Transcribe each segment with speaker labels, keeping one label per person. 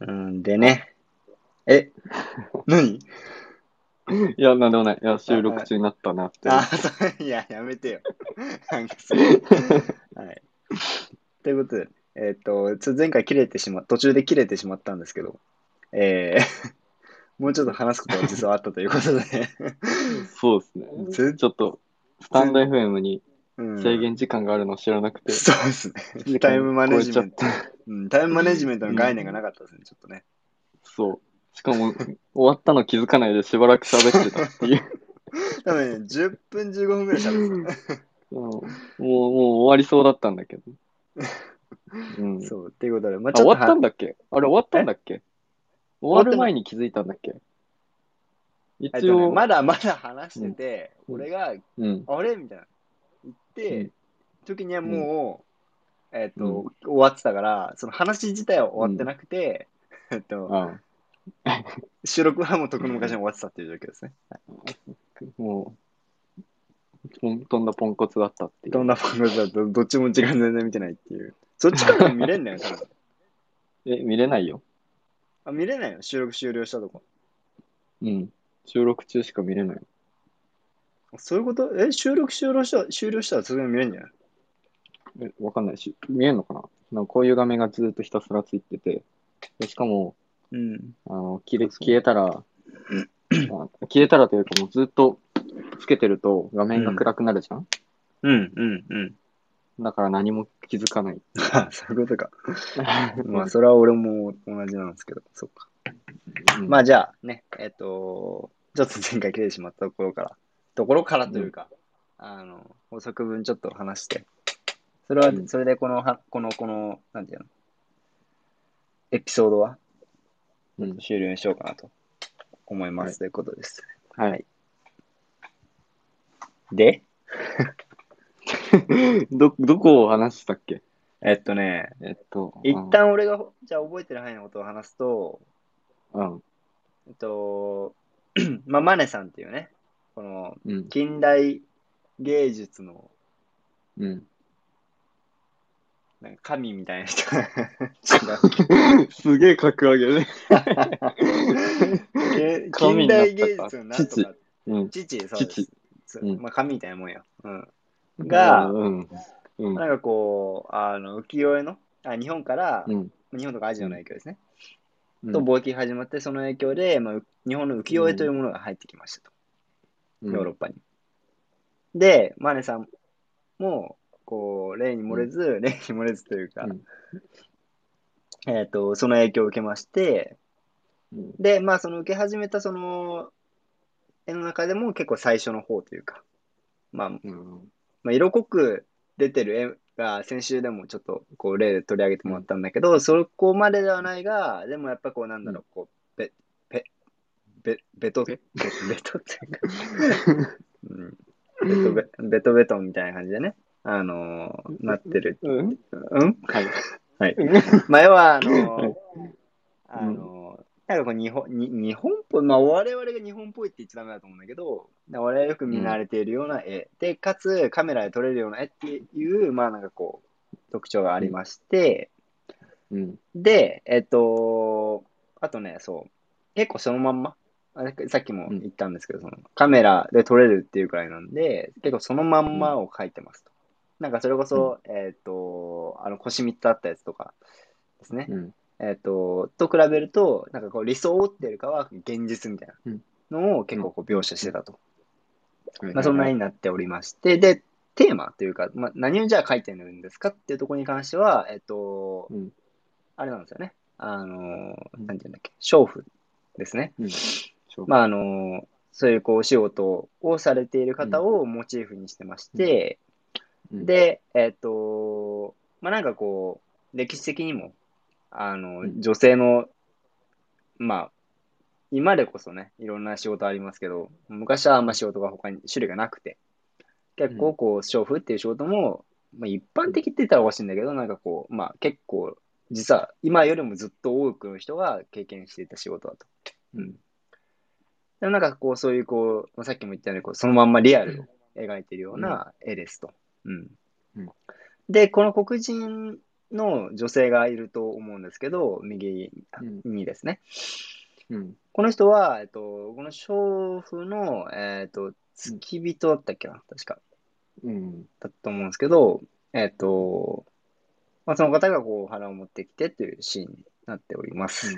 Speaker 1: うん、でね。え、 何
Speaker 2: いや、なんでもない。いや、収録中になったなって。
Speaker 1: あ、そういや、やめてよ。 なんかそう。はい。ということで、えっ、と、ちょっと前回切れてしま、途中で切れてしまったんですけど、えー もうちょっと話すことが実はあったということで、
Speaker 2: そうです
Speaker 1: 全
Speaker 2: ね。ちょっと、スタンド FM に
Speaker 1: うん
Speaker 2: 制限時間があるの知らなくて。
Speaker 1: そうです ね。タイムマネジメント
Speaker 2: 超えちゃった。
Speaker 1: うん、タイムマネジメントの概念がなかったですね、ちょっとね。
Speaker 2: そう。しかも、終わったの気づかないでしばらく喋ってたって いう。
Speaker 1: 多分ね、10分15分ぐらい喋って
Speaker 2: うんもう、もう終わりそうだったんだけど。うん
Speaker 1: た。。 そう、っていうことで、まあ
Speaker 2: あ、
Speaker 1: ち
Speaker 2: 終
Speaker 1: ょ
Speaker 2: わ
Speaker 1: っと
Speaker 2: った
Speaker 1: は
Speaker 2: んだっけあれ終わったんだっけ終わる前に気づいたんだっけ一
Speaker 1: えっとね
Speaker 2: 応、
Speaker 1: まだまだ話してて、
Speaker 2: うん
Speaker 1: 俺が、
Speaker 2: うん。
Speaker 1: あれみたいな。言って、
Speaker 2: うん
Speaker 1: 時にはもう、えっと、終わってたから、その話自体は終わってなくて、えっと、
Speaker 2: あ
Speaker 1: 収録はもうとっくの昔に終わってたっていう状況ですね。
Speaker 2: もう、ポンとんだポンコツだったってい
Speaker 1: ど
Speaker 2: う。
Speaker 1: んな番組だと、どっちも時間全然見てないっていう。そっちからも見れん のよ、多分。
Speaker 2: え、見れないよ。
Speaker 1: あ、見れないの収録終了したとこ。
Speaker 2: うん。収録中しか見れない。
Speaker 1: そういうことえ、収録終了した、終了したらそれも見れんじゃない
Speaker 2: え、わかんないし、見えんのかななんかこういう画面がずっとひたすらついてて、でしかも、
Speaker 1: うん。
Speaker 2: あの切れ消えた ら、あ消えたらというかもうずっとつけてると画面が暗くなるじゃん、
Speaker 1: うん、うん、うん。
Speaker 2: だから何も気づかない。
Speaker 1: あそういうことか。まあ、それは俺も同じなんですけど、そっか。
Speaker 2: うん
Speaker 1: まあ、じゃあね、えっ、と、ちょっと前回切れてしまったところから、ところからというか、あの、補足分ちょっと話して、それは、
Speaker 2: うん
Speaker 1: それでこの、はこの、この、なんていうの、エピソードは
Speaker 2: うん
Speaker 1: 終了にしようかなと思います、ということです。
Speaker 2: はい。
Speaker 1: で、
Speaker 2: ど、どこを話したっけ
Speaker 1: えっとね、
Speaker 2: えっと、
Speaker 1: 一旦俺が、じゃあ覚えてる範囲のことを話すと、
Speaker 2: あの、
Speaker 1: えっと、 まあ、マネさんっていうね、この
Speaker 2: うん、うん、
Speaker 1: 近代芸術の
Speaker 2: うん。
Speaker 1: なんか神みたいな人違 う
Speaker 2: すげえ格上げね。
Speaker 1: げ
Speaker 2: 神
Speaker 1: 近
Speaker 2: になっ
Speaker 1: 代
Speaker 2: ちゃった
Speaker 1: 芸術のなんとか、
Speaker 2: うん。
Speaker 1: 父、そうです。そう
Speaker 2: うん
Speaker 1: まあ、神みたいなもんよ。うん、が、
Speaker 2: うん、うん、
Speaker 1: なんかこう、あの浮世絵のあ、日本から、
Speaker 2: うん。
Speaker 1: 日本とかアジアの影響ですね、
Speaker 2: うん
Speaker 1: と貿易が始まって、その影響で、まあ、う日本の浮世絵というものが入ってきましたと。ヨーロッパに。で、マネさんも、こう、例に漏れず、例に漏れずというか、
Speaker 2: うん
Speaker 1: えっ、と、その影響を受けまして、
Speaker 2: うん
Speaker 1: で、まあ、その受け始めた、その、絵の中でも結構最初の方というか、まあ、
Speaker 2: うん。
Speaker 1: まあ、色濃く出てる絵が先週でもちょっとこう例で取り上げてもらったんだけど、そこまでではないがでもやっぱこうなんだろう、こうべべべベトベ
Speaker 2: べ
Speaker 1: ベトっていうか、うん、ベトベベトベトンみたいな感じでねあのーなってる
Speaker 2: うん。
Speaker 1: うん
Speaker 2: はい。
Speaker 1: はい
Speaker 2: うん
Speaker 1: 前はあの
Speaker 2: は
Speaker 1: ー
Speaker 2: い
Speaker 1: あのーなんかこう日本に日本っぽい、まあ、我々が日本っぽいって言っちゃダメだと思うんだけど、我々がよく見慣れているような絵、で、かつカメラで撮れるような絵っていう、まあなんかこう、特徴がありまして、
Speaker 2: うん。
Speaker 1: で、えっと、あとね、そう、結構そのまんま、あさっきも言ったんですけど、そのカメラで撮れるっていうくらいなんで、結構そのまんまを描いてますと。なんかそれこそ、えっと、あの、腰3つあったやつとかですね。
Speaker 2: うん。
Speaker 1: えっ、と、と比べると、なんかこう理想っていうよりかは現実みたいなのを結構こう描写してたと。まあ、そんな絵になっておりまして、で、テーマというか、まあ、何をじゃあ書いてるんですかっていうところに関しては、えっ、と、
Speaker 2: うん
Speaker 1: あれなんですよね。あのー、
Speaker 2: うん
Speaker 1: なんていうんだっけ、娼婦ですね。
Speaker 2: うん。
Speaker 1: まあ、あのー、そういうこうお仕事をされている方をモチーフにしてまして、
Speaker 2: うん、
Speaker 1: で、えっ、と、まあ、なんかこう、歴史的にも、あの、
Speaker 2: うん
Speaker 1: 女性の、まあ、今でこそね、いろんな仕事ありますけど、昔はあんま仕事が他に種類がなくて、結構こう、娼婦っていう仕事も、まあ、一般的って言ったらおかしいんだけど、なんかこう、まあ結構、実は今よりもずっと多くの人が経験していた仕事だと。
Speaker 2: うん。
Speaker 1: でもなんかこう、そういうこう、まあさっきも言ったようにこう、そのまんまリアルを描いているような絵ですと。うん
Speaker 2: うん
Speaker 1: で、この黒人の女性がいると思うんですけど、右
Speaker 2: うん
Speaker 1: にですね。
Speaker 2: うん。
Speaker 1: この人は、えっと、この娼婦の、えっと、付き人だったっけな、確か。
Speaker 2: うん。
Speaker 1: だったと思うんですけど、えっと、まあ、その方がこう、花を持ってきてっていうシーンになっております。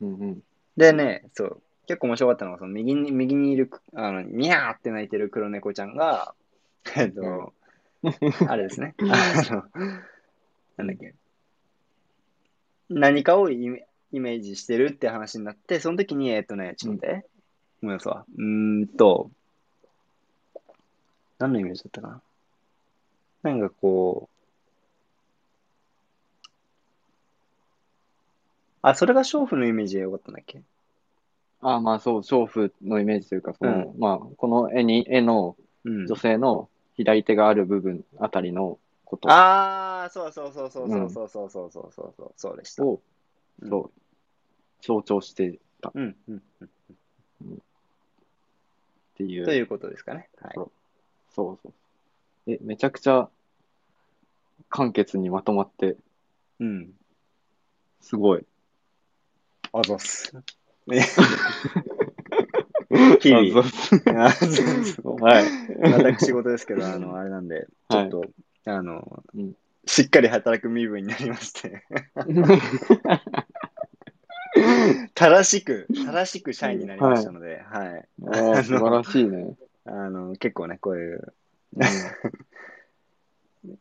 Speaker 2: うん。うん。
Speaker 1: でね、そう、結構面白かったのが、その右に、右にいる、あの、にゃーって泣いてる黒猫ちゃんが、えっと、あれですね、あの、なんだっけ、何かをイメイメージしてるって話になって、その時に、えっとね、ちょっと待って、ごめんなさい。うーんと、何のイメージだったかななんかこう、あ、それが娼婦のイメージでよかったんだっけ
Speaker 2: ああ、まあそう、娼婦のイメージというか、その、まあ、この絵に、絵の
Speaker 1: うん。
Speaker 2: 女性の左手がある部分あたりのこと
Speaker 1: ああ、そうそうそうそうそうそうそうそうそうそうそうそうでした。
Speaker 2: を、そう、象徴してたっ
Speaker 1: うんうんうん。
Speaker 2: ていう。
Speaker 1: ということですかね。はい。
Speaker 2: そうそう。え、めちゃくちゃ、簡潔にまとまって、
Speaker 1: うん。
Speaker 2: すごい。
Speaker 1: あざっす。 ね日々。 あざっす。
Speaker 2: はい。
Speaker 1: 私事ですけど、あの、あれなんで、ちょっと、あの、
Speaker 2: うん
Speaker 1: しっかり働く身分になりまして、正しく、正しく社員になりましたので、はい。
Speaker 2: ああ、素晴らしい ね。
Speaker 1: あの、結構ね、こういう、
Speaker 2: うん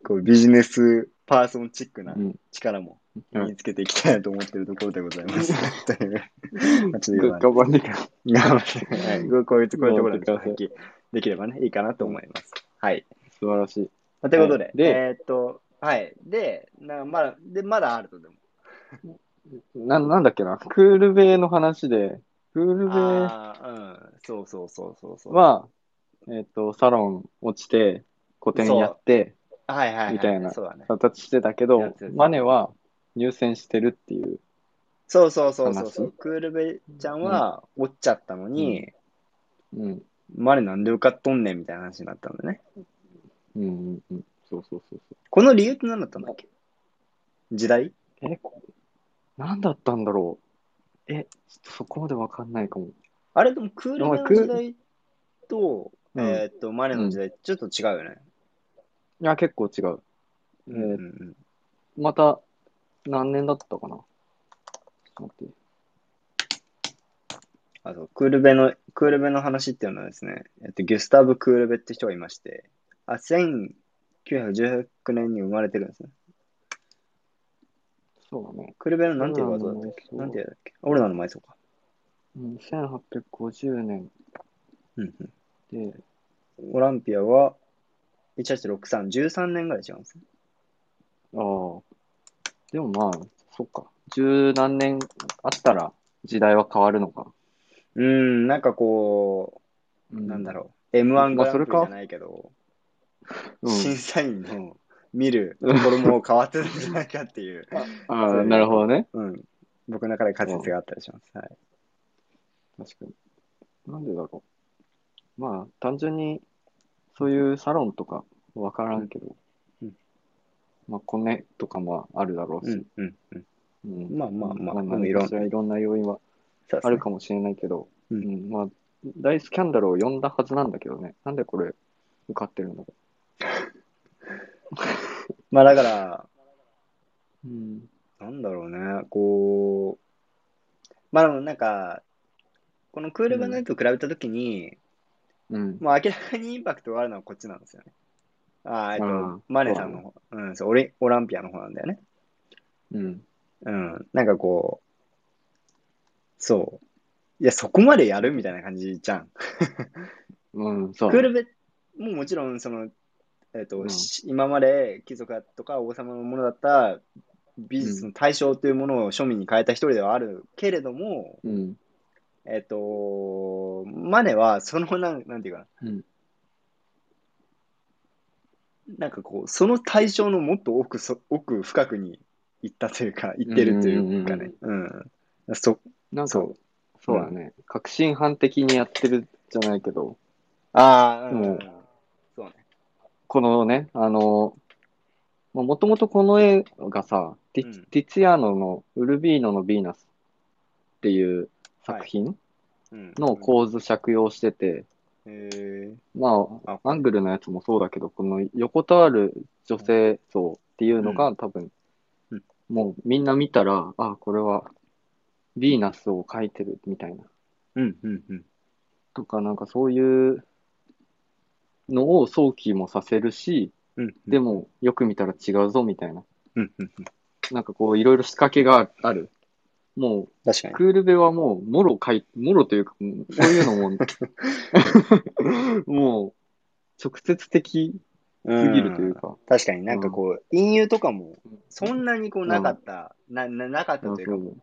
Speaker 1: こうビジネスパーソンチックな
Speaker 2: うん
Speaker 1: 力も
Speaker 2: うん
Speaker 1: 身につけていきたいなと思ってるところでございます。という、まあちょっと今
Speaker 2: 頑張ってください。
Speaker 1: 頑張って、はい、こうこういうところで
Speaker 2: 頑張ってください
Speaker 1: 発揮できればね、いいかなと思います。はい。
Speaker 2: 素晴らしい。
Speaker 1: まあということで、
Speaker 2: で
Speaker 1: えーっと、はい。で、なまだ、で、まだあるとでも。
Speaker 2: な、なんだっけな、クールベイの話で、クールベイ
Speaker 1: ああ、うん。そうそうそうそうそう。
Speaker 2: は、えっ、と、サロン落ちて、個展やって、
Speaker 1: はいはい、はい。
Speaker 2: みたいな
Speaker 1: そうだね。
Speaker 2: 形してたけ
Speaker 1: や
Speaker 2: ど
Speaker 1: つやつ、
Speaker 2: マネは入選してるっていう。
Speaker 1: そうそうそうそうそう。
Speaker 2: 話
Speaker 1: クールベちゃんは、折っちゃったのに、
Speaker 2: うん。
Speaker 1: まだなんで受かっとんねんみたいな話になったんだね。
Speaker 2: うんうんうん。そうそうそうそ
Speaker 1: この理由って何だったんだっけ時代
Speaker 2: う。え、こなんだったんだろう。え、ちょっとそこまでわかんないかも。
Speaker 1: あれでもクールの
Speaker 2: おいクー
Speaker 1: 時代と、
Speaker 2: うん
Speaker 1: えーっと、マネの時代ちょっと違うよね。
Speaker 2: いや、結構違う。
Speaker 1: う
Speaker 2: うんん
Speaker 1: うんうん
Speaker 2: また、何年だったかな。ちょっと待って。
Speaker 1: あそうクールベの、クールベの話っていうのはですね、えっと、ギュスタブ・クールベって人がいまして、あ、1919年に生まれてるんですね。
Speaker 2: そうだね。
Speaker 1: クールベのなんていう画像だっけ
Speaker 2: オルナ
Speaker 1: なん
Speaker 2: の埋葬
Speaker 1: ていうだっけオルナの埋葬か。
Speaker 2: うん、1850年
Speaker 1: うんう
Speaker 2: で、
Speaker 1: ん。オランピアは、1863、13年ぐらい違うんですね。
Speaker 2: ああ。でもまあ、そっか。十何年あったら時代は変わるのか。
Speaker 1: うーん、なんかこ
Speaker 2: う
Speaker 1: う、なんだ
Speaker 2: ろ
Speaker 1: ろう、M1
Speaker 2: ま
Speaker 1: グ
Speaker 2: あ
Speaker 1: ラ
Speaker 2: そ
Speaker 1: ン
Speaker 2: れ
Speaker 1: プ
Speaker 2: か
Speaker 1: リじゃないけど、
Speaker 2: う。
Speaker 1: 審
Speaker 2: ん、
Speaker 1: 査員の見るところも変わってるんじゃないかっていう、
Speaker 2: ああ、なるほどね。
Speaker 1: うん、僕の中で仮説があったりします。はい、
Speaker 2: 確かに。なんでだろう。まあ、単純に、そういうサロンとかわからんけど、
Speaker 1: うん
Speaker 2: まあ、コネとかもあるだろう
Speaker 1: う
Speaker 2: し
Speaker 1: ん、うん、うん。
Speaker 2: うん
Speaker 1: まあまあまあ
Speaker 2: まあ
Speaker 1: いろん
Speaker 2: 何かしらいろんな要因は
Speaker 1: そうです
Speaker 2: あ
Speaker 1: ね
Speaker 2: るかもしれないけど、
Speaker 1: うん
Speaker 2: うんまあ、ダイスキャンダルを呼んだはずなんだけどね。なんでこれ、受かってるんだろ
Speaker 1: まあだから、
Speaker 2: う。うん。
Speaker 1: なんだろうね、こう、まあでもなんか、このクールバナイトと比べたときに、
Speaker 2: うん。
Speaker 1: もう明らかにインパクトがあるのはこっちなんですよね。ああ、えっと、
Speaker 2: うん
Speaker 1: マネさんの方、うん、そう、オリオランピアの方なんだよね。
Speaker 2: うん。
Speaker 1: うん、なんかこう、そう。いや、そこまでやるみたいな感じじゃん。
Speaker 2: うん、そう。
Speaker 1: クールベももちろんその、えっと
Speaker 2: うん
Speaker 1: し今まで貴族だとか王様のものだった美術の対象というものを庶民に変えた一人ではあるけれども、
Speaker 2: うん。
Speaker 1: えっ、と、マネはそのなん、なんていうかな、
Speaker 2: うん
Speaker 1: なんかこう、その対象のもっと奥そ奥深くに行ったというか、行ってるというかね、うん、そ
Speaker 2: なんか、
Speaker 1: そ
Speaker 2: そううだね、革新犯的にやってるじゃないけど、
Speaker 1: ああ、
Speaker 2: うん
Speaker 1: そうね。
Speaker 2: このね、あの、まあ、もともとこの絵がさ、ティ,、
Speaker 1: うん
Speaker 2: ティツィアーノのウルビーノのヴィーナスっていう作品
Speaker 1: うん
Speaker 2: の構図借用してて、
Speaker 1: うん。え
Speaker 2: ま
Speaker 1: あ
Speaker 2: あ、アングルのやつもそうだけど、この横たわる女性像っていうのが多分
Speaker 1: うん、
Speaker 2: もうみんな見たら、あ、これはヴィーナスを描いてるみたいな、
Speaker 1: うんうんうん。
Speaker 2: とかなんかそういうのを想起もさせるし、
Speaker 1: うん、
Speaker 2: でもよく見たら違うぞみたいな、
Speaker 1: うんうんうん。
Speaker 2: なんかこういろいろ仕掛けがある。も
Speaker 1: 確か
Speaker 2: う、
Speaker 1: に。
Speaker 2: クールベはもう、もろかい、もろというか、もうそういうの も、もう、直接的
Speaker 1: うん
Speaker 2: すぎるというか、
Speaker 1: 確かになんかこう、隠喩とかも、そんなにこうなかった、な、な、なかった
Speaker 2: そう
Speaker 1: というか、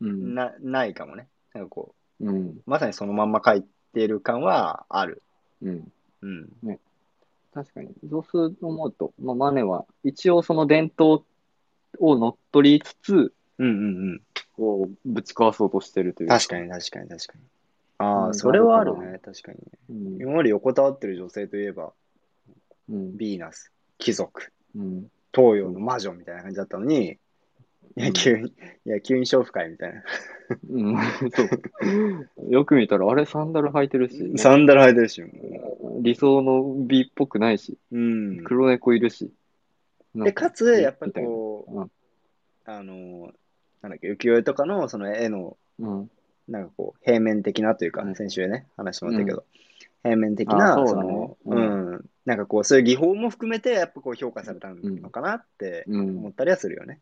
Speaker 2: うん。
Speaker 1: な、ないかもね。なんかこ
Speaker 2: うん。
Speaker 1: う、まさにそのまんま書いてる感はある。
Speaker 2: うん。
Speaker 1: うん。
Speaker 2: 確かに。そうすると思うと、まあ、マネは一応その伝統を乗っ取りつつ、
Speaker 1: うんうんうん。
Speaker 2: こう、ぶち壊そうとしてるという。
Speaker 1: 確かに確かに確かに。あ
Speaker 2: う
Speaker 1: あ、
Speaker 2: ん
Speaker 1: それはあるね。確かに。
Speaker 2: に。
Speaker 1: 今まで横たわってる女性といえば、
Speaker 2: うん。
Speaker 1: ヴィーナス、貴族、
Speaker 2: うん。
Speaker 1: 東洋の魔女みたいな感じだったのに、いや、急に、いや、急に娼婦会みたいな。
Speaker 2: うん。そう。よく見たら、あれ、サンダル履いてる し、
Speaker 1: サンダル履いてるし、も
Speaker 2: 理想の美っぽくないし、
Speaker 1: う。うん。
Speaker 2: 黒猫いるし。なん
Speaker 1: で、かつ、やっぱり
Speaker 2: みたいな
Speaker 1: こう、
Speaker 2: うん
Speaker 1: あの、なんだっけ、浮世絵とかの、その絵の、
Speaker 2: うん。
Speaker 1: なんかこう、平面的なというか、
Speaker 2: うん
Speaker 1: 先週ね、話してもらったけど、平面的な、
Speaker 2: あー
Speaker 1: そ
Speaker 2: そうだね
Speaker 1: の、う、
Speaker 2: うん
Speaker 1: なんかこう、そういう技法も含めて、やっぱこう、評価されたのかなって
Speaker 2: う
Speaker 1: 思
Speaker 2: ん
Speaker 1: っ。たりはするよね。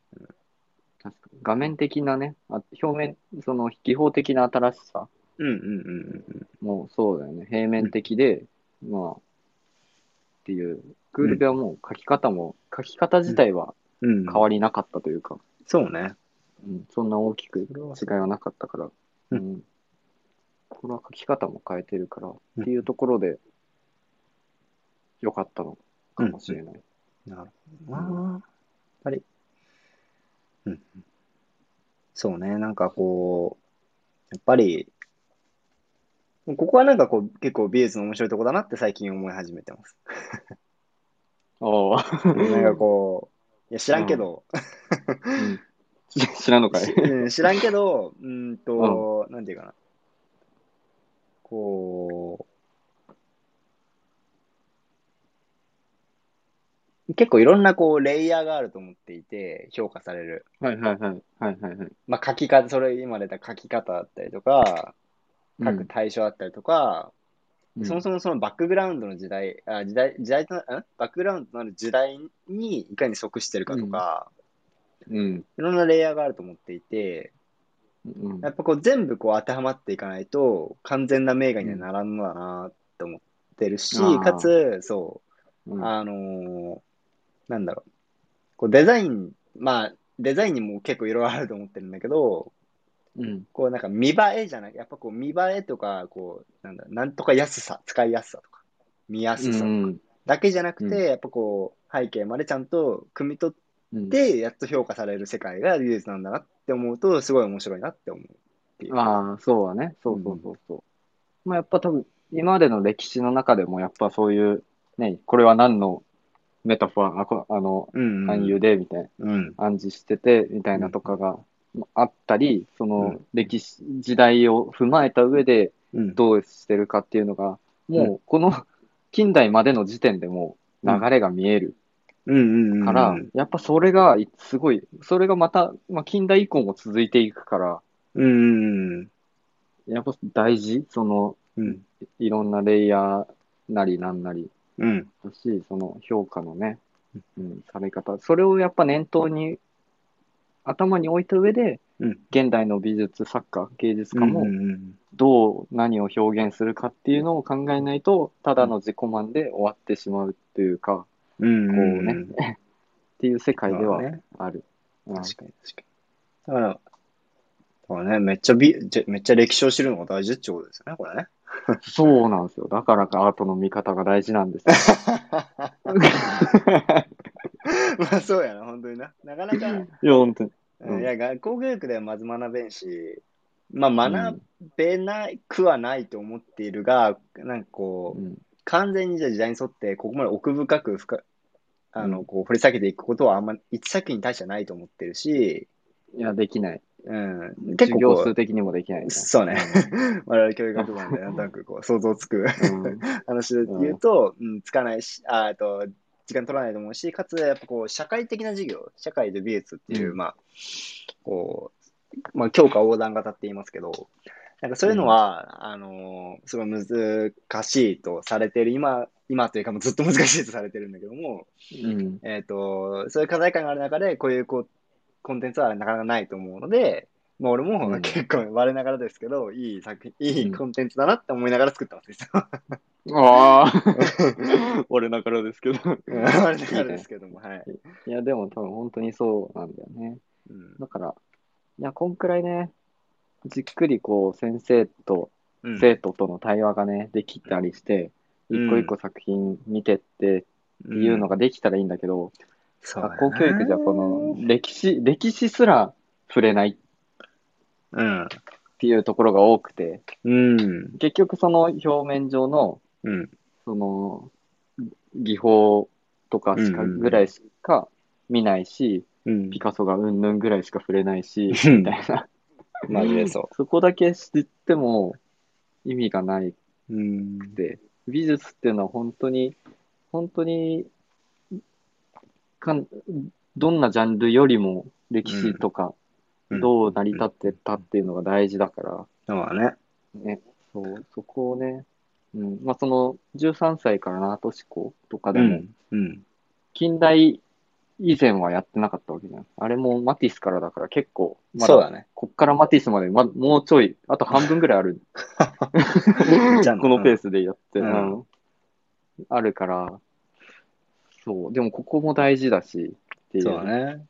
Speaker 2: 確かに画面的なね、あ表面、その、技法的な新しさ。
Speaker 1: うんうんうんうん
Speaker 2: もうそうだよね。平面的で、まあ、っていう。クールベはもう書き方も、書き方自体は
Speaker 1: うん。うん、
Speaker 2: 変わりなかったというか、
Speaker 1: そうね。
Speaker 2: うん、そんな大きく
Speaker 1: それは
Speaker 2: 違いはなかったから、
Speaker 1: う
Speaker 2: うん。これは書き方も変えてるから、っ
Speaker 1: ん
Speaker 2: ていうところで、良かったのかもしれない。
Speaker 1: なるほどな。やっぱり。うん。そうね、なんかこう、やっぱり、ここはなんかこう、結構美術の面白いとこだなって最近思い始めてます。
Speaker 2: ああ、
Speaker 1: なんかこう、いや知らんけど、
Speaker 2: うん知知らんのか
Speaker 1: し
Speaker 2: い。
Speaker 1: うん知らんけど、うーんと、なんていうかな。こう、結構いろんなこう、レイヤーがあると思っていて、評価される。
Speaker 2: はいはいはい。はいはいはい。
Speaker 1: まあ、書き方、それ今出た書き方だったりとか、書
Speaker 2: う
Speaker 1: く
Speaker 2: ん
Speaker 1: 対象だったりとか、
Speaker 2: うん
Speaker 1: そもそもそのバックグラウンドの時代、あ時代、時代とな、んバックグラウンドとなる時代にいかに即してるかとか、
Speaker 2: うん。
Speaker 1: いろんなレイヤーがあると思っていて、
Speaker 2: うん
Speaker 1: やっぱこう全部こう当てはまっていかないと完全な名画にはならんのだなって思ってるし、
Speaker 2: うんあー
Speaker 1: かつ、そうう、
Speaker 2: ん。
Speaker 1: あのーなんだろう、こうデザイン、まあ、デザインにも結構いろいろあると思ってるんだけど、
Speaker 2: うん。
Speaker 1: こうなんか見栄えじゃない、やっぱこう見栄えとか、こう、なんだ、なんとか安さ、使いやすさとか、見やすさ
Speaker 2: うん
Speaker 1: だけじゃなくて、
Speaker 2: う
Speaker 1: やっぱこう、背景までちゃんと汲み取っ
Speaker 2: うん。
Speaker 1: て、やっと評価される世界が美術なんだなって思うと、すごい面白いなって思うっていう。
Speaker 2: ああ、そうはね。そうそうそうそう。まあやっぱ多分、今までの歴史の中でもやっぱそういう、ね、これは何のメタファー、あこあの、
Speaker 1: うん、
Speaker 2: 暗喩で、みたいな、
Speaker 1: うん。
Speaker 2: 暗示してて、みたいなとかがあったり、そうの
Speaker 1: ん
Speaker 2: 歴史、時代を踏まえた上で
Speaker 1: うん。
Speaker 2: どうしてるかっていうのが、
Speaker 1: う
Speaker 2: もうこの近代までの時点でもう流れが見える
Speaker 1: うんうんうん。
Speaker 2: から、やっぱそれがすごい、それがまた、まあ近代以降も続いていくから、
Speaker 1: うんうん
Speaker 2: やっぱ大事、その、
Speaker 1: うん。
Speaker 2: いろんなレイヤーなりなんなり
Speaker 1: うん。
Speaker 2: だし、その評価のね、うん、され方、それをやっぱ念頭に、頭に置いた上で、
Speaker 1: うん
Speaker 2: 現代の美術作家、芸術家
Speaker 1: う
Speaker 2: も
Speaker 1: んうん
Speaker 2: どう何を表現するかっていうのを考えないと、ただの自己満で終わってしまうというか、っ
Speaker 1: うん。
Speaker 2: こうね
Speaker 1: んんん
Speaker 2: ていう世界では
Speaker 1: まあね
Speaker 2: ある。うん
Speaker 1: 確かに確かに。だから、だからね、めっちゃび、じゃめっちゃ歴史を知るのが大事ってことですよね、これね。
Speaker 2: そうなんですよ。だからかアートの見方が大事なん ですよ。
Speaker 1: まあそうやな、本当にな。なかなか、
Speaker 2: いや、本当に。
Speaker 1: う
Speaker 2: うんん
Speaker 1: いや、学校教育ではまず学べんし、まあ学べなくはないと思っているが、なんかこう
Speaker 2: う、ん
Speaker 1: 完全にじゃあ時代に沿って、ここまで奥深く深あの、こう、掘り下げていくことはあんま、一作品に対してはないと思ってるし、
Speaker 2: いや、できない。
Speaker 1: うん、結
Speaker 2: 授
Speaker 1: 構
Speaker 2: 業
Speaker 1: こ
Speaker 2: 数的にもできない、
Speaker 1: う、そうね、 我々教育学部なんで、なんとなくこう、想像つく
Speaker 2: うん。
Speaker 1: 話で言うと、うん、つかないし、あえっと、時間取らないと思うし、かつ、やっぱこう、社会的な授業、社会と美術っていう、
Speaker 2: うん
Speaker 1: まあ、こう、まあ、教科横断型って言いますけど、なんかそういうのは、あのーすごい難しいとされてる、今、今というかもうずっと難しいとされてるんだけども、
Speaker 2: うん。
Speaker 1: えっ、と、そういう課題感がある中で、こういうこうコンテンツはなかなかないと思うので、まあ、俺
Speaker 2: う
Speaker 1: も
Speaker 2: ん
Speaker 1: 結構我ながらですけど、いい作品、いい
Speaker 2: うん
Speaker 1: コンテンツだなって思いながら作ったんですよ。
Speaker 2: あ あ、俺だからですけど。
Speaker 1: 我ながらですけども、はい。
Speaker 2: いや、でも多分本当にそうなんだよね。
Speaker 1: うん
Speaker 2: だから、いや、こんくらいね、じっくりこう、先生と
Speaker 1: うん
Speaker 2: 生徒との対話がね、できたりして、
Speaker 1: うん
Speaker 2: 一個一個作品見てっていうのができたらいいんだけど、
Speaker 1: そうだね
Speaker 2: 学校教育じゃこの歴史、歴史すら触れない
Speaker 1: うん。
Speaker 2: っていうところが多くて、
Speaker 1: うん。
Speaker 2: 結局その表面上の、
Speaker 1: うん。
Speaker 2: その、技法とかしか、
Speaker 1: うんうんうん
Speaker 2: ぐらいしか見ないし、
Speaker 1: うん
Speaker 2: ピ。カソがうんぬんぐらいしか触れないし、み
Speaker 1: うん
Speaker 2: たいな。
Speaker 1: マジでそ。
Speaker 2: そこだけ知っても意味がないう
Speaker 1: うん。
Speaker 2: で、美術っていうのは本当に、本当に、かんどんなジャンルよりも歴史と
Speaker 1: う
Speaker 2: か、
Speaker 1: ん
Speaker 2: どう成り立ってたっていうのが大事だから、
Speaker 1: そうだね。
Speaker 2: ね、そう、そこをね、うん、まあその13歳から7都市高とかでも、。
Speaker 1: うん。
Speaker 2: 近代以前はやってなかったわけじゃん。あれもマティスからだから結構、ま
Speaker 1: そうだね。
Speaker 2: こっからマティスまで、ま、もうちょい、あと半分ぐらいある。
Speaker 1: じゃん
Speaker 2: このペースでやって、
Speaker 1: うん
Speaker 2: うんあるから、そう、でもここも大事だし、っていう。
Speaker 1: そうだね。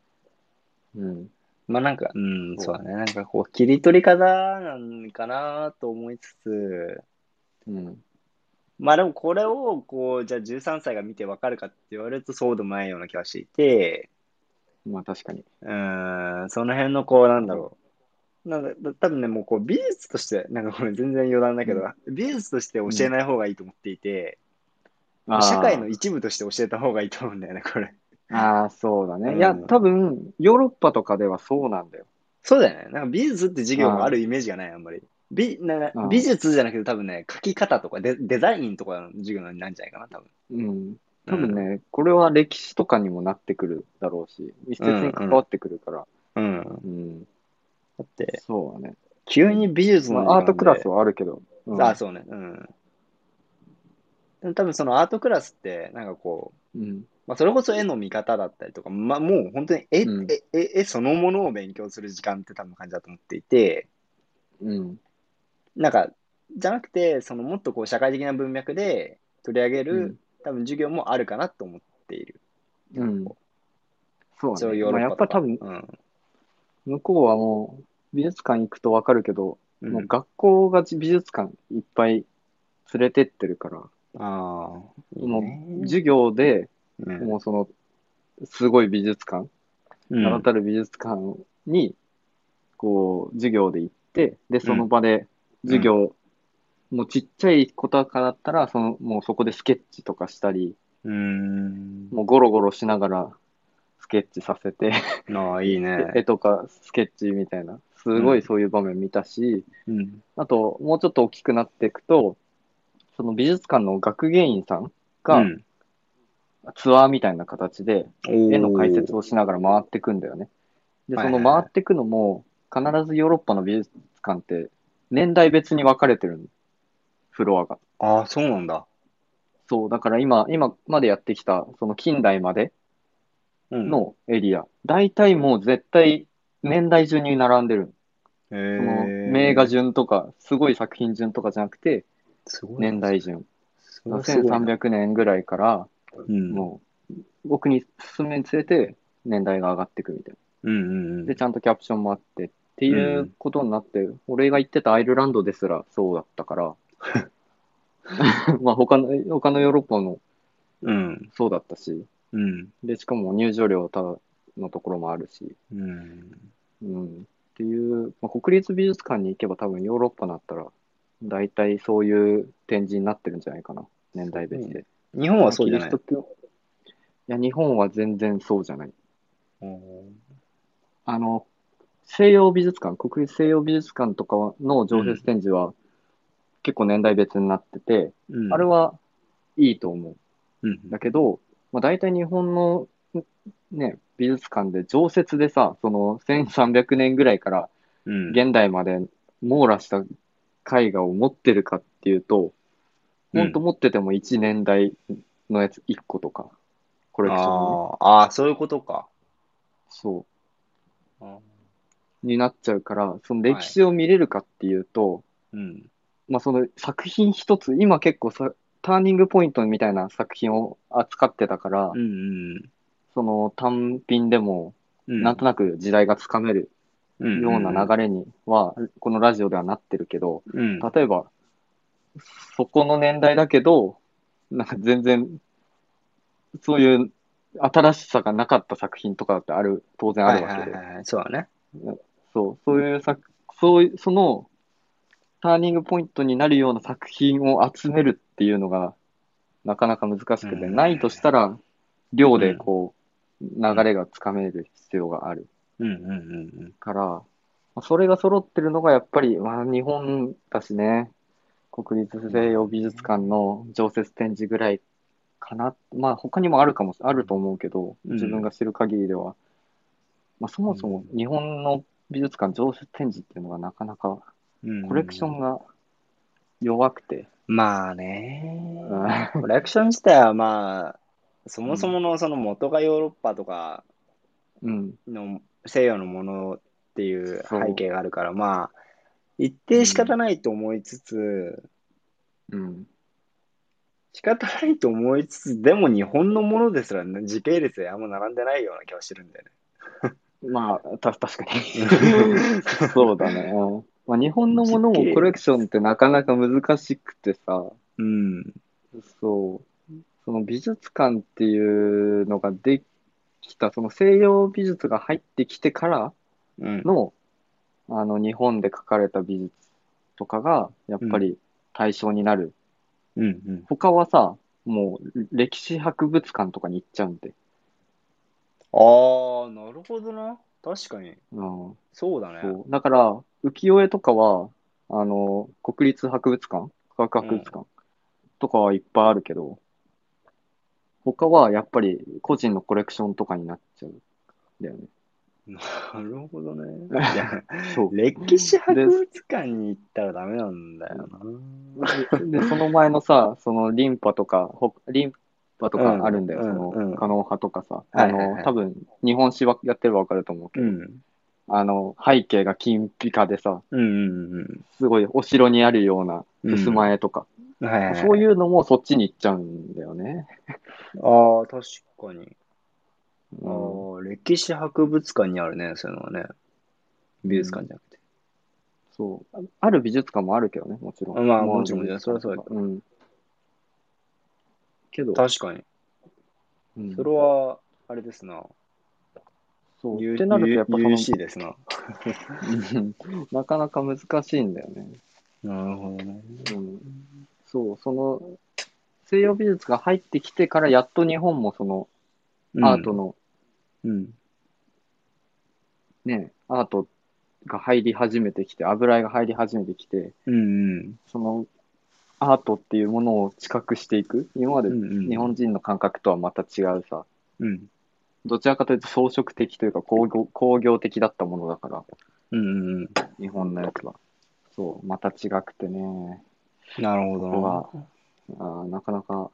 Speaker 2: うん。
Speaker 1: まあなんか、うん、
Speaker 2: そ
Speaker 1: そううだね。なんかこう、切り取り方なんかなと思いつつ、
Speaker 2: うん。
Speaker 1: まあでもこれを、こう、じゃあ13歳が見てわかるかって言われるとそうでもないような気がしていて、
Speaker 2: まあ確かに。
Speaker 1: うーん、その辺のこう、なんだろう。なんだ、多分ね、もうこう、美術として、なんかこれ全然余談だけど、美術として教えない方がいいと思っていて、
Speaker 2: あー
Speaker 1: 社会の一部として教えた方がいいと思うんだよね、これ。
Speaker 2: あーそうだね。
Speaker 1: うん
Speaker 2: いや、多分、ヨーロッパとかではそうなんだよ。
Speaker 1: そうだよね。なんか美術って授業があるイメージがない、あんまり。美な
Speaker 2: うん
Speaker 1: 美術じゃなくて多分ね、書き方とかデデザインとかの授業なんじゃないかな、多分。
Speaker 2: うん。多分
Speaker 1: ね。
Speaker 2: ね、これは歴史とかにもなってくるだろうし、密接に関わってくるから。
Speaker 1: うん。
Speaker 2: うん。
Speaker 1: だって、
Speaker 2: そうだね。
Speaker 1: 急に美術
Speaker 2: ま
Speaker 1: の、
Speaker 2: あ、アートクラスはあるけど。うん
Speaker 1: あ、そうね。うん。でも多分そのアートクラスって、なんかこう、
Speaker 2: うん。
Speaker 1: まあ、それこそ絵の見方だったりとか、まあ、もう本当に絵,、
Speaker 2: うん
Speaker 1: 絵絵絵そのものを勉強する時間って多分感じだと思っていて、
Speaker 2: うん。
Speaker 1: なんか、じゃなくて、そのもっとこう社会的な文脈で取り上げる、
Speaker 2: うん
Speaker 1: 多分授業もあるかなと思っている。
Speaker 2: うん。そう
Speaker 1: そ
Speaker 2: だ
Speaker 1: う
Speaker 2: ね。
Speaker 1: ヨー
Speaker 2: ま
Speaker 1: ロ
Speaker 2: あ、やっ
Speaker 1: ッ
Speaker 2: ぱ
Speaker 1: パと
Speaker 2: 多
Speaker 1: か。
Speaker 2: 分、向こうはもう美術館行くとわかるけど、
Speaker 1: うん。
Speaker 2: もう学校が美術館いっぱい連れてってるから、
Speaker 1: ああ、いい
Speaker 2: もう
Speaker 1: ね
Speaker 2: 授業で
Speaker 1: うん
Speaker 2: もうそのすごい美術館、
Speaker 1: う
Speaker 2: 名
Speaker 1: ん
Speaker 2: だたる美術館にこう授業で行って、で、その場で授業、もうちっちゃい子とかだったら、そのもうそこでスケッチとかしたり、
Speaker 1: うーん。
Speaker 2: もうゴロゴロしながらスケッチさせて、
Speaker 1: ああ、いいね。
Speaker 2: 絵とかスケッチみたいな、すごいそういう場面見たし、
Speaker 1: うん。
Speaker 2: あと、もうちょっと大きくなっていくと、その美術館の学芸員さんが
Speaker 1: うん
Speaker 2: ツアーみたいな形で絵の解説
Speaker 1: おー
Speaker 2: をしながら回っていくんだよね。で、
Speaker 1: は
Speaker 2: そ
Speaker 1: いはいは
Speaker 2: の
Speaker 1: い
Speaker 2: 回っていくのも、必ずヨーロッパの美術館って年代別に分かれてるのフロアが。
Speaker 1: ああ、そうなんだ。
Speaker 2: そう、だから今、今までやってきた、その近代まで
Speaker 1: うん。
Speaker 2: のエリア、大体もう絶対年代順に並んでる
Speaker 1: へ
Speaker 2: の。
Speaker 1: ー
Speaker 2: その名画順とか、すごい作品順とかじゃなくて、
Speaker 1: すごいな
Speaker 2: 年代順。
Speaker 1: すごいすごいな
Speaker 2: 1300年ぐらいから、
Speaker 1: うん
Speaker 2: もう、僕に進むにつれて、年代が上がっていくみたい
Speaker 1: うんうんう
Speaker 2: な。
Speaker 1: ん
Speaker 2: で、ちゃんとキャプションもあって、っていうことになって、俺が行ってたアイルランドですらそうだったから、 まあ他の、他のヨーロッパも
Speaker 1: うん
Speaker 2: そうだったし、
Speaker 1: うん
Speaker 2: で、しかも入場料ただのところもあるし、
Speaker 1: うん
Speaker 2: うん。っていう、まあ、国立美術館に行けば多分ヨーロッパだったら、大体そういう展示になってるんじゃないかな。年代別で。
Speaker 1: 日本はそうじゃない
Speaker 2: キリスト教や、日本は全然そうじゃない。
Speaker 1: おー
Speaker 2: あの、西洋美術館、国立西洋美術館とかの常設展示は、結構年代別になってて、
Speaker 1: うん
Speaker 2: あれはいいと思う。
Speaker 1: うん。
Speaker 2: だけど、まあ、大体日本の、ね、美術館で常設でさ、その1300年ぐらいから
Speaker 1: うん。
Speaker 2: 現代まで網羅した絵画を持ってるかっていうと、
Speaker 1: うん
Speaker 2: 本当持ってても1年代のやつ1個とか、コレクションにね
Speaker 1: ああ、ああ、そういうことか。
Speaker 2: そ
Speaker 1: あー
Speaker 2: う、になっちゃうから、その歴史を見れるかっていうと、
Speaker 1: うん。
Speaker 2: まあその作品一つ、今結構さ、ターニングポイントみたいな作品を扱ってたから、
Speaker 1: うんうん
Speaker 2: その単品でも、
Speaker 1: うん。
Speaker 2: なんとなく時代がつかめる
Speaker 1: よ
Speaker 2: ような流れには、このラジオではなってるけど、
Speaker 1: れ。うん。
Speaker 2: 例えば、そこの年代だけど、なんか全然、そういう新しさがなかった作品とかだってある、当然あるわけで。
Speaker 1: はいはいはいそうだね。
Speaker 2: そう、そういう作、そういう、その、ターニングポイントになるような作品を集めるっていうのが、なかなか難しくて、
Speaker 1: うん
Speaker 2: ないとしたら、量でこう、流れがつかめる必要がある
Speaker 1: うんうんうん
Speaker 2: から、まあそれが揃ってるのが、やっぱり、まあ、日本だしね、国立西洋美術館の常設展示ぐらいかな。まあ、他にもあるかも、あると思うけど、
Speaker 1: うん
Speaker 2: 自分が知る限りでは、まあ、そもそも日本の美術館常設展示っていうのがなかなか
Speaker 1: うん。
Speaker 2: コレクションが弱くて、
Speaker 1: まあね
Speaker 2: うん。
Speaker 1: コレクション自体はまあ、そもそものその元がヨーロッパとか
Speaker 2: うん、
Speaker 1: の西洋のものっていう
Speaker 2: そう
Speaker 1: 背景があるから、まあ、一定仕方ないと思いつつ、
Speaker 2: うん、
Speaker 1: 仕方ないと思いつつ、でも日本のものですら時系列であんま並んでないような気はしてるんだよね。
Speaker 2: まあ、た、確かに。 そうだね。うんまあ、日本のものもコレクションってなかなか難しくてさ、
Speaker 1: うん。
Speaker 2: そう、その美術館っていうのができた、その西洋美術が入ってきてから
Speaker 1: うん。
Speaker 2: の、あの、日本で描かれた美術とかが、やっぱり対象になる。
Speaker 1: うんうん。
Speaker 2: 他はさ、もう歴史博物館とかに行っちゃうんで。
Speaker 1: ああ、なるほどな。確かに。
Speaker 2: うん
Speaker 1: そうだね。
Speaker 2: そう。だから、浮世絵とかは、あの、国立博物館、科学博物館とかはいっぱいあるけど、他はやっぱり個人のコレクションとかになっちゃうんだよね。
Speaker 1: なるほど ね。
Speaker 2: そう。
Speaker 1: 歴史博物館に行ったらダメなんだよな。
Speaker 2: で、その前のさ、そのリンパとか、ほリンパと
Speaker 1: うん
Speaker 2: かあるんだ
Speaker 1: う
Speaker 2: よ、
Speaker 1: ん
Speaker 2: そ
Speaker 1: うん
Speaker 2: の、カノン派とかさ。
Speaker 1: はいはい
Speaker 2: あ
Speaker 1: はい
Speaker 2: の、多分、日本史はやってればわかると思うけ
Speaker 1: う
Speaker 2: ど、
Speaker 1: ん。
Speaker 2: あの、背景が金ピカでさ、
Speaker 1: うんうん
Speaker 2: すごいお城にあるような襖絵とか、
Speaker 1: うん。はいはい。
Speaker 2: そういうのもそっちに行っちゃうんだよね。
Speaker 1: ああ、確かに。あ
Speaker 2: うん
Speaker 1: あ、歴史博物館にあるね、そういうのはね。美術館じゃなくて。
Speaker 2: そう。あある美術館もあるけどね、もちろん。
Speaker 1: まあ
Speaker 2: もう
Speaker 1: もちろんもちろんそれはそうだけ
Speaker 2: うん。けど、
Speaker 1: 確かに。
Speaker 2: うん
Speaker 1: それは、あれですな。
Speaker 2: そう
Speaker 1: ゆ
Speaker 2: ってなると、やっぱそ
Speaker 1: ゆ
Speaker 2: の
Speaker 1: ゆしいですな。
Speaker 2: うん なかなか難しいんだよね。
Speaker 1: なるほどね。
Speaker 2: うん。そう、その、西洋美術が入ってきてから、やっと日本もその、アートの、
Speaker 1: うん。
Speaker 2: ね、アートが入り始めてきて、油絵が入り始めてきて、
Speaker 1: うんうん。
Speaker 2: その、アートっていうものを知覚していく。今まで
Speaker 1: うんうん
Speaker 2: 日本人の感覚とはまた違うさ、
Speaker 1: うん。
Speaker 2: どちらかというと装飾的というか工業工業的だったものだから、
Speaker 1: うんうんうん。
Speaker 2: 日本のやつは。そう、また違くてね、
Speaker 1: なるほど
Speaker 2: ここ
Speaker 1: な
Speaker 2: は。あーなかなか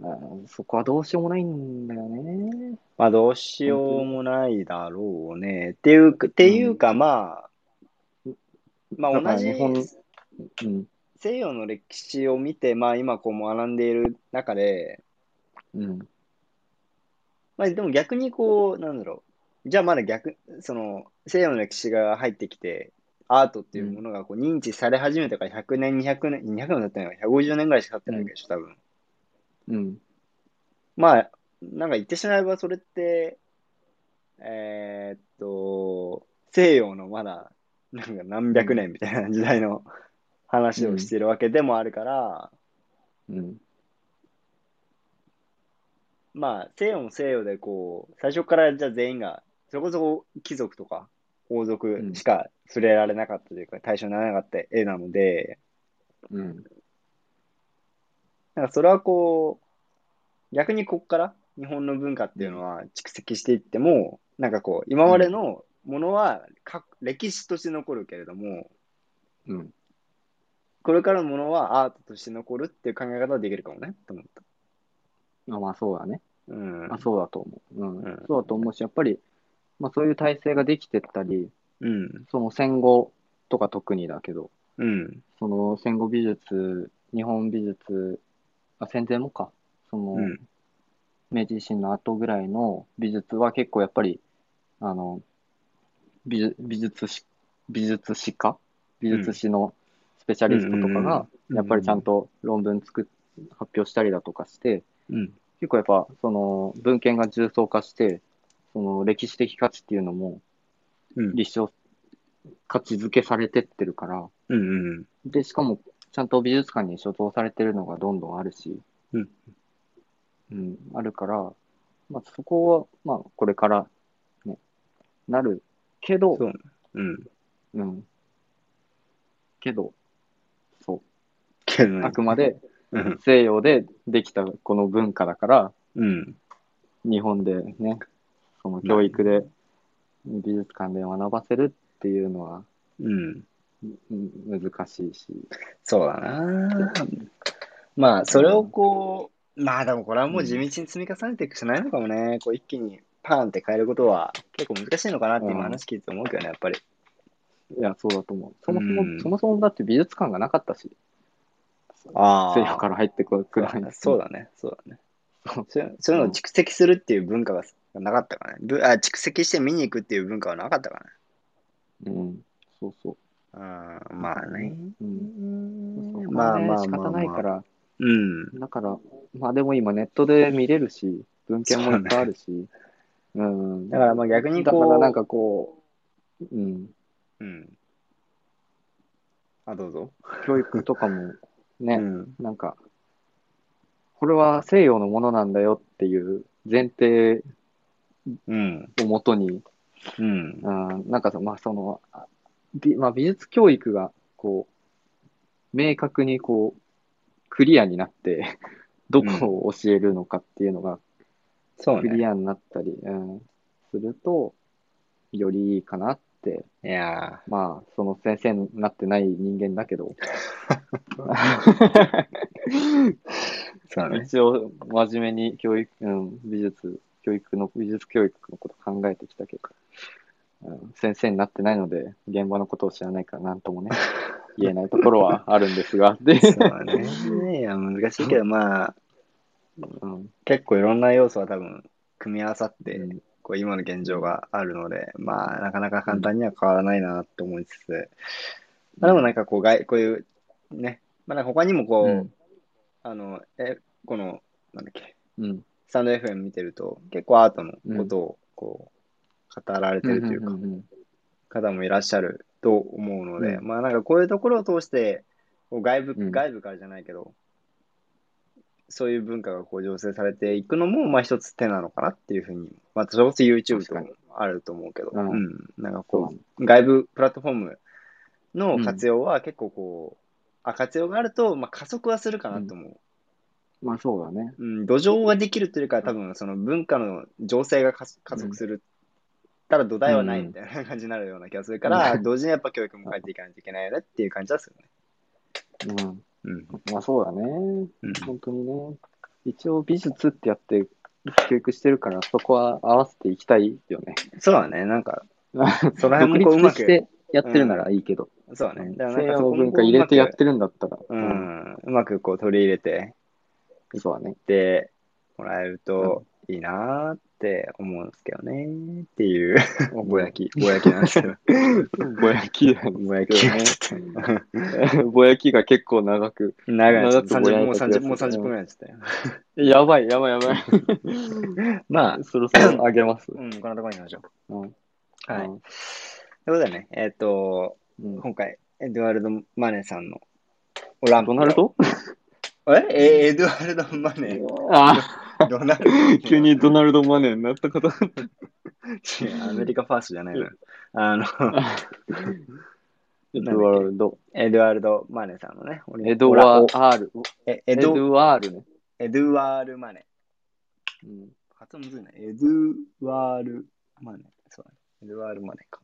Speaker 2: あー、そこはどうしようもないんだよね。
Speaker 1: まあ、どうしようもないだろうね。っていうか、っていうかまあ、ま
Speaker 2: だ
Speaker 1: あ、
Speaker 2: から
Speaker 1: 同じ
Speaker 2: 日本うん、
Speaker 1: 西洋の歴史を見て、まあ、今こう学んでいる中で、
Speaker 2: うん、
Speaker 1: まあ、でも逆にこう、なんだろう。じゃあまだ逆、その、西洋の歴史が入ってきて、アートっていうものがこう認知され始めてから100年、200年、200年も経ってないのか、150年ぐらいしか経ってないわけでしょ、多分。
Speaker 2: うん、
Speaker 1: まあ、なんか言ってしまえばそれって、えーっと、西洋のまだ、なんか何百年みたいな時代の話をしているわけでもあるから、
Speaker 2: うん。
Speaker 1: まあ、西洋も西洋で、こう、最初からじゃあ全員が、そこそこ貴族とか王族しか触れられなかったというか、対象にならなかった絵なので、
Speaker 2: うん。
Speaker 1: なんかそれはこう、逆にここから日本の文化っていうのは蓄積していっても、なんかこう、今までのものはか歴史として残るけれども、
Speaker 2: うん。
Speaker 1: これからのものはアートとして残るっていう考え方はできるかもね、と思った。
Speaker 2: あまあそうだね。
Speaker 1: うん。
Speaker 2: まあそうだと思う。う
Speaker 1: う
Speaker 2: ん。
Speaker 1: ん
Speaker 2: そうだと思うし、やっぱり、まあそういう体制ができてったり、
Speaker 1: うん。
Speaker 2: その戦後とか特にだけど、
Speaker 1: うん。
Speaker 2: その戦後美術、日本美術、あ、戦前もか。その、
Speaker 1: うん。
Speaker 2: 明治維新の後ぐらいの美術は結構やっぱり、あの、美術、美術史、美術史家美術史のスペシャリストとかが、やっぱりちゃんと論文作っ、発表したりだとかして、
Speaker 1: うん。
Speaker 2: 結構やっぱ、その、文献が重層化して、その、歴史的価値っていうのも、
Speaker 1: うん。
Speaker 2: 立証、価値づけされてってるから、
Speaker 1: うん。うん。
Speaker 2: で、しかも、ちゃんと美術館に所蔵されてるのがどんどんあるし、
Speaker 1: うん。
Speaker 2: うん、あるから、まあ、そこは、まあ、これから、ね、なるけど、
Speaker 1: そううん。
Speaker 2: うん。けど、そ
Speaker 1: けど
Speaker 2: う。
Speaker 1: ね
Speaker 2: あくまで
Speaker 1: うん。
Speaker 2: 西洋でできたこの文化だから、
Speaker 1: うん。
Speaker 2: 日本でね、その教育で、美術館で学ばせるっていうのは、
Speaker 1: うん。
Speaker 2: うん難しいし。
Speaker 1: そうだな。まあ、それをこう、まあでもこれはもう地道に積み重ねていくしかないのかもね。こう一気にパーンって変えることは結構難しいのかなって
Speaker 2: うん
Speaker 1: 今話聞いて思うけどね、やっぱり。
Speaker 2: いや、そうだと思う。そもそも、
Speaker 1: うん
Speaker 2: そもそもだって美術館がなかったし、
Speaker 1: あ
Speaker 2: 西洋から入ってくるくらい。
Speaker 1: そうだね、そうだね
Speaker 2: そう。
Speaker 1: そういうそういうのを蓄積するっていう文化がなかったからね。ぶあ蓄積して見に行くっていう文化はなかったからね。
Speaker 2: うん。そうそう。
Speaker 1: うん、まあね。
Speaker 2: うん。そこ
Speaker 1: まあ
Speaker 2: はね
Speaker 1: まあ
Speaker 2: 仕
Speaker 1: まあ
Speaker 2: 方ないか
Speaker 1: まあ。
Speaker 2: ら、
Speaker 1: うん。
Speaker 2: だから、まあでも今ネットで見れるし、文献もいっぱいあるし、うん。
Speaker 1: だからまあ逆に
Speaker 2: だ
Speaker 1: こう
Speaker 2: からなんかこう、うん、
Speaker 1: うん。あ、どうぞ。
Speaker 2: 教育とかもね、
Speaker 1: うん。
Speaker 2: なんか、これは西洋のものなんだよっていう前提
Speaker 1: うん。
Speaker 2: をもとに、
Speaker 1: うん。
Speaker 2: うん、なんかそ、まあその、あ美まあ、美術教育がこう、明確にこう、クリアになって、 どこを教えるのかっていうのが
Speaker 1: そう
Speaker 2: クリ
Speaker 1: ね。
Speaker 2: アになったり、うん、すると、よりいいかなって、
Speaker 1: いや
Speaker 2: まあ、その先生になってない人間だけど、
Speaker 1: ー、そうね。
Speaker 2: 一応、真面目に教育、うん、美術、教育の、美術教育のこと考えてきたけど、うん、先生になってないので、現場のことを知らないから、なんと もね、言えないところはあるんですが、で、
Speaker 1: そうだね。いや、難しいけど、まあ、
Speaker 2: うん、
Speaker 1: 結構いろんな要素は多分、組み合わさって、
Speaker 2: うん
Speaker 1: こう今の現状があるので、まあ、なかなか簡単には変わらないなと思いつつ、まあ、でもなんかこう、外こういう、ね、まあ、なんか他にもこう、
Speaker 2: うん
Speaker 1: あの、え、この、なんだっけ、
Speaker 2: うん、
Speaker 1: スタンド FM 見てると、結構アートのことを、こう、語られてるというか
Speaker 2: ん、んん
Speaker 1: 方もいらっしゃると思うので、
Speaker 2: うん
Speaker 1: まあなんかこういうところを通して、こう外部、
Speaker 2: うん
Speaker 1: 外部からじゃないけど、そういう文化がこう醸成されていくのも、まあ一つ手なのかなっていうふうに、まあそれこそ YouTube とか
Speaker 2: 確か
Speaker 1: あると思うけど、う
Speaker 2: うん
Speaker 1: ん、なんかこ、
Speaker 2: そう
Speaker 1: 外部プラットフォームの活用は結構こう、あ活用があると、まあ加速はするかなと思う。
Speaker 2: まあ、そうだね。
Speaker 1: うん、土壌ができるというよりかは、多分その文化の情勢が加速加速する、ただ土台はないみたいな感じになるような気がするから、
Speaker 2: うん
Speaker 1: 同時にやっぱ教育も変えていかないといけないよねっていう感じはするね。
Speaker 2: うん、
Speaker 1: うん
Speaker 2: まあ、そうだね。
Speaker 1: うん
Speaker 2: 本当にね、一応美術ってやって教育してるから、そこは合わせていきたいよね。
Speaker 1: そうだね、なんか、その
Speaker 2: 独
Speaker 1: 辺もこううま
Speaker 2: 立
Speaker 1: く
Speaker 2: してやってるならいいけど、
Speaker 1: そうだ
Speaker 2: う
Speaker 1: ね。
Speaker 2: ん
Speaker 1: だからなんか
Speaker 2: 西洋
Speaker 1: そこ
Speaker 2: の
Speaker 1: も
Speaker 2: 文
Speaker 1: こ
Speaker 2: 化
Speaker 1: う
Speaker 2: 入れてやってるんだったら、
Speaker 1: うまく、うん、うまくこう取り入れて
Speaker 2: うんそう だね。
Speaker 1: でもらえるといいなーって思うんですけどねっていう、ぼやき、ぼやきなんですけ ど、
Speaker 2: ぼやきだ
Speaker 1: ぼやきが
Speaker 2: ね
Speaker 1: ちょっと、
Speaker 2: ね。 ぼやきが結構長く。
Speaker 1: 長いなっちゃった
Speaker 2: 長くぼやいた
Speaker 1: 30もう30
Speaker 2: 気がする
Speaker 1: もう30分ぐらいになっちゃったよ。
Speaker 2: やばい、やばい、や ばい。
Speaker 1: まあ、
Speaker 2: そろそろあげます。
Speaker 1: うん、こんなところにしましょ
Speaker 2: うん
Speaker 1: う。はい。とい
Speaker 2: うん
Speaker 1: うことでね、えっ、と、
Speaker 2: うん
Speaker 1: 今回、エドワルド・マネさんのオラン
Speaker 2: ドナルド
Speaker 1: ええエドワルド・マネ。
Speaker 2: あ
Speaker 1: ドナルド
Speaker 2: 急にドナルド・マネーになったこと
Speaker 1: 違うアメリカファーストじゃないのよ。あ の、
Speaker 2: エドワル ド。
Speaker 1: エドワルド・マネさんのね。俺
Speaker 2: エドワ
Speaker 1: お
Speaker 2: ール。
Speaker 1: え
Speaker 2: エ
Speaker 1: エド
Speaker 2: ドワールね。
Speaker 1: エドワール・マネ。
Speaker 2: うん
Speaker 1: 発音むずいね。エドワール・マネ。そうだね。エドワール・マネか。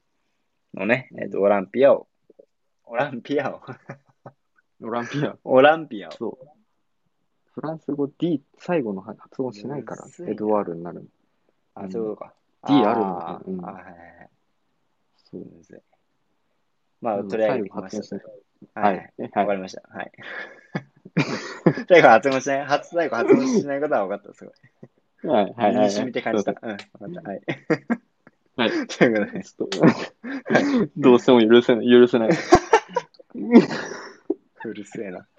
Speaker 1: のね、えっと、オランピアを。オランピアを。
Speaker 2: オランピア。
Speaker 1: オランピアを。
Speaker 2: そう。フランス語 D、最後の発音しないから
Speaker 1: むずい、な
Speaker 2: エドワールになるの。う
Speaker 1: あ、
Speaker 2: ん
Speaker 1: そういうことか。
Speaker 2: D
Speaker 1: ー
Speaker 2: あるのねうん
Speaker 1: あはいはいはい。
Speaker 2: そう。
Speaker 1: むずい。まあ、
Speaker 2: うん
Speaker 1: 取り上
Speaker 2: 最
Speaker 1: げ
Speaker 2: 後
Speaker 1: てきま
Speaker 2: 発
Speaker 1: し
Speaker 2: 音
Speaker 1: た
Speaker 2: し。
Speaker 1: は
Speaker 2: ない。はいい。。
Speaker 1: わかりました。はい。 最後発音しない、初最後発音しないことは分かった。すごい。
Speaker 2: はい。 はい。はい。
Speaker 1: 身に染みて感じた。
Speaker 2: そう
Speaker 1: うん、分かった。はい。
Speaker 2: はい。
Speaker 1: ということで、
Speaker 2: そうちょ っと、どうしても許せない。許せない。
Speaker 1: うるせえな。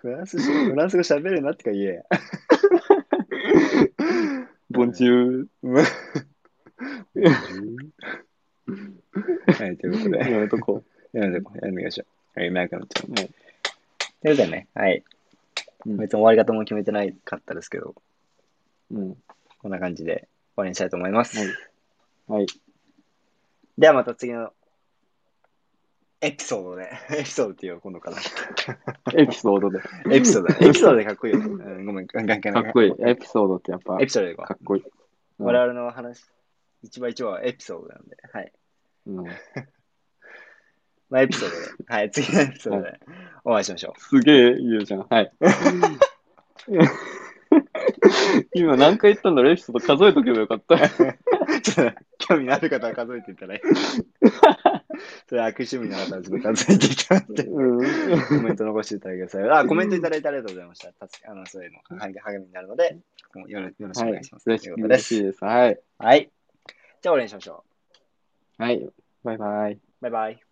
Speaker 1: フランスし、フランス語喋るなってか言えや。
Speaker 2: ボンチュ
Speaker 1: はい、ということ
Speaker 2: ール。
Speaker 1: で、
Speaker 2: やめとこ
Speaker 1: やめてこう、やめていきましょう。はい、長くなっちゃう。
Speaker 2: う。はい。
Speaker 1: ということでね、はい。
Speaker 2: うん
Speaker 1: 別に終わり方も決めてないかったですけど、
Speaker 2: うん。
Speaker 1: こんな感じで終わりにしたいと思います。
Speaker 2: はいはい。
Speaker 1: ではまた次のエピソードで、エピソードっていうよ今度から。
Speaker 2: エピソードで。か
Speaker 1: エピソード だね、エピソードでかっこいいよね。うん、ごめん、関係ない。
Speaker 2: っこ いい。エピソードってやっぱ、
Speaker 1: エピソードでいこう
Speaker 2: かっこいい。うん
Speaker 1: 我々の話、一番一番はエピソードなんで、はい。
Speaker 2: うん
Speaker 1: まあ、エピソードで、 はい、次のエピソードでお会いしましょ
Speaker 2: すげえ言うじゃん。はい。 今何回言ったんだろうエピソード数えとけばよか った。
Speaker 1: う。ちょっと、興味のある方は数えていただい て。それは悪趣味の方はちょっと数えていただいて。
Speaker 2: うん。
Speaker 1: コメント残していただいてください。あ、コメントいただいてありがとうございました。助けあのそういうの励励みになるので、もうよろよろしく
Speaker 2: は
Speaker 1: お
Speaker 2: い
Speaker 1: 願いします。
Speaker 2: 嬉し
Speaker 1: と
Speaker 2: い
Speaker 1: いうことで
Speaker 2: 嬉しい
Speaker 1: す。
Speaker 2: です。はい。
Speaker 1: はい。じゃあ、お願いしましょ
Speaker 2: はい。バイバイ。
Speaker 1: う。バイバイ。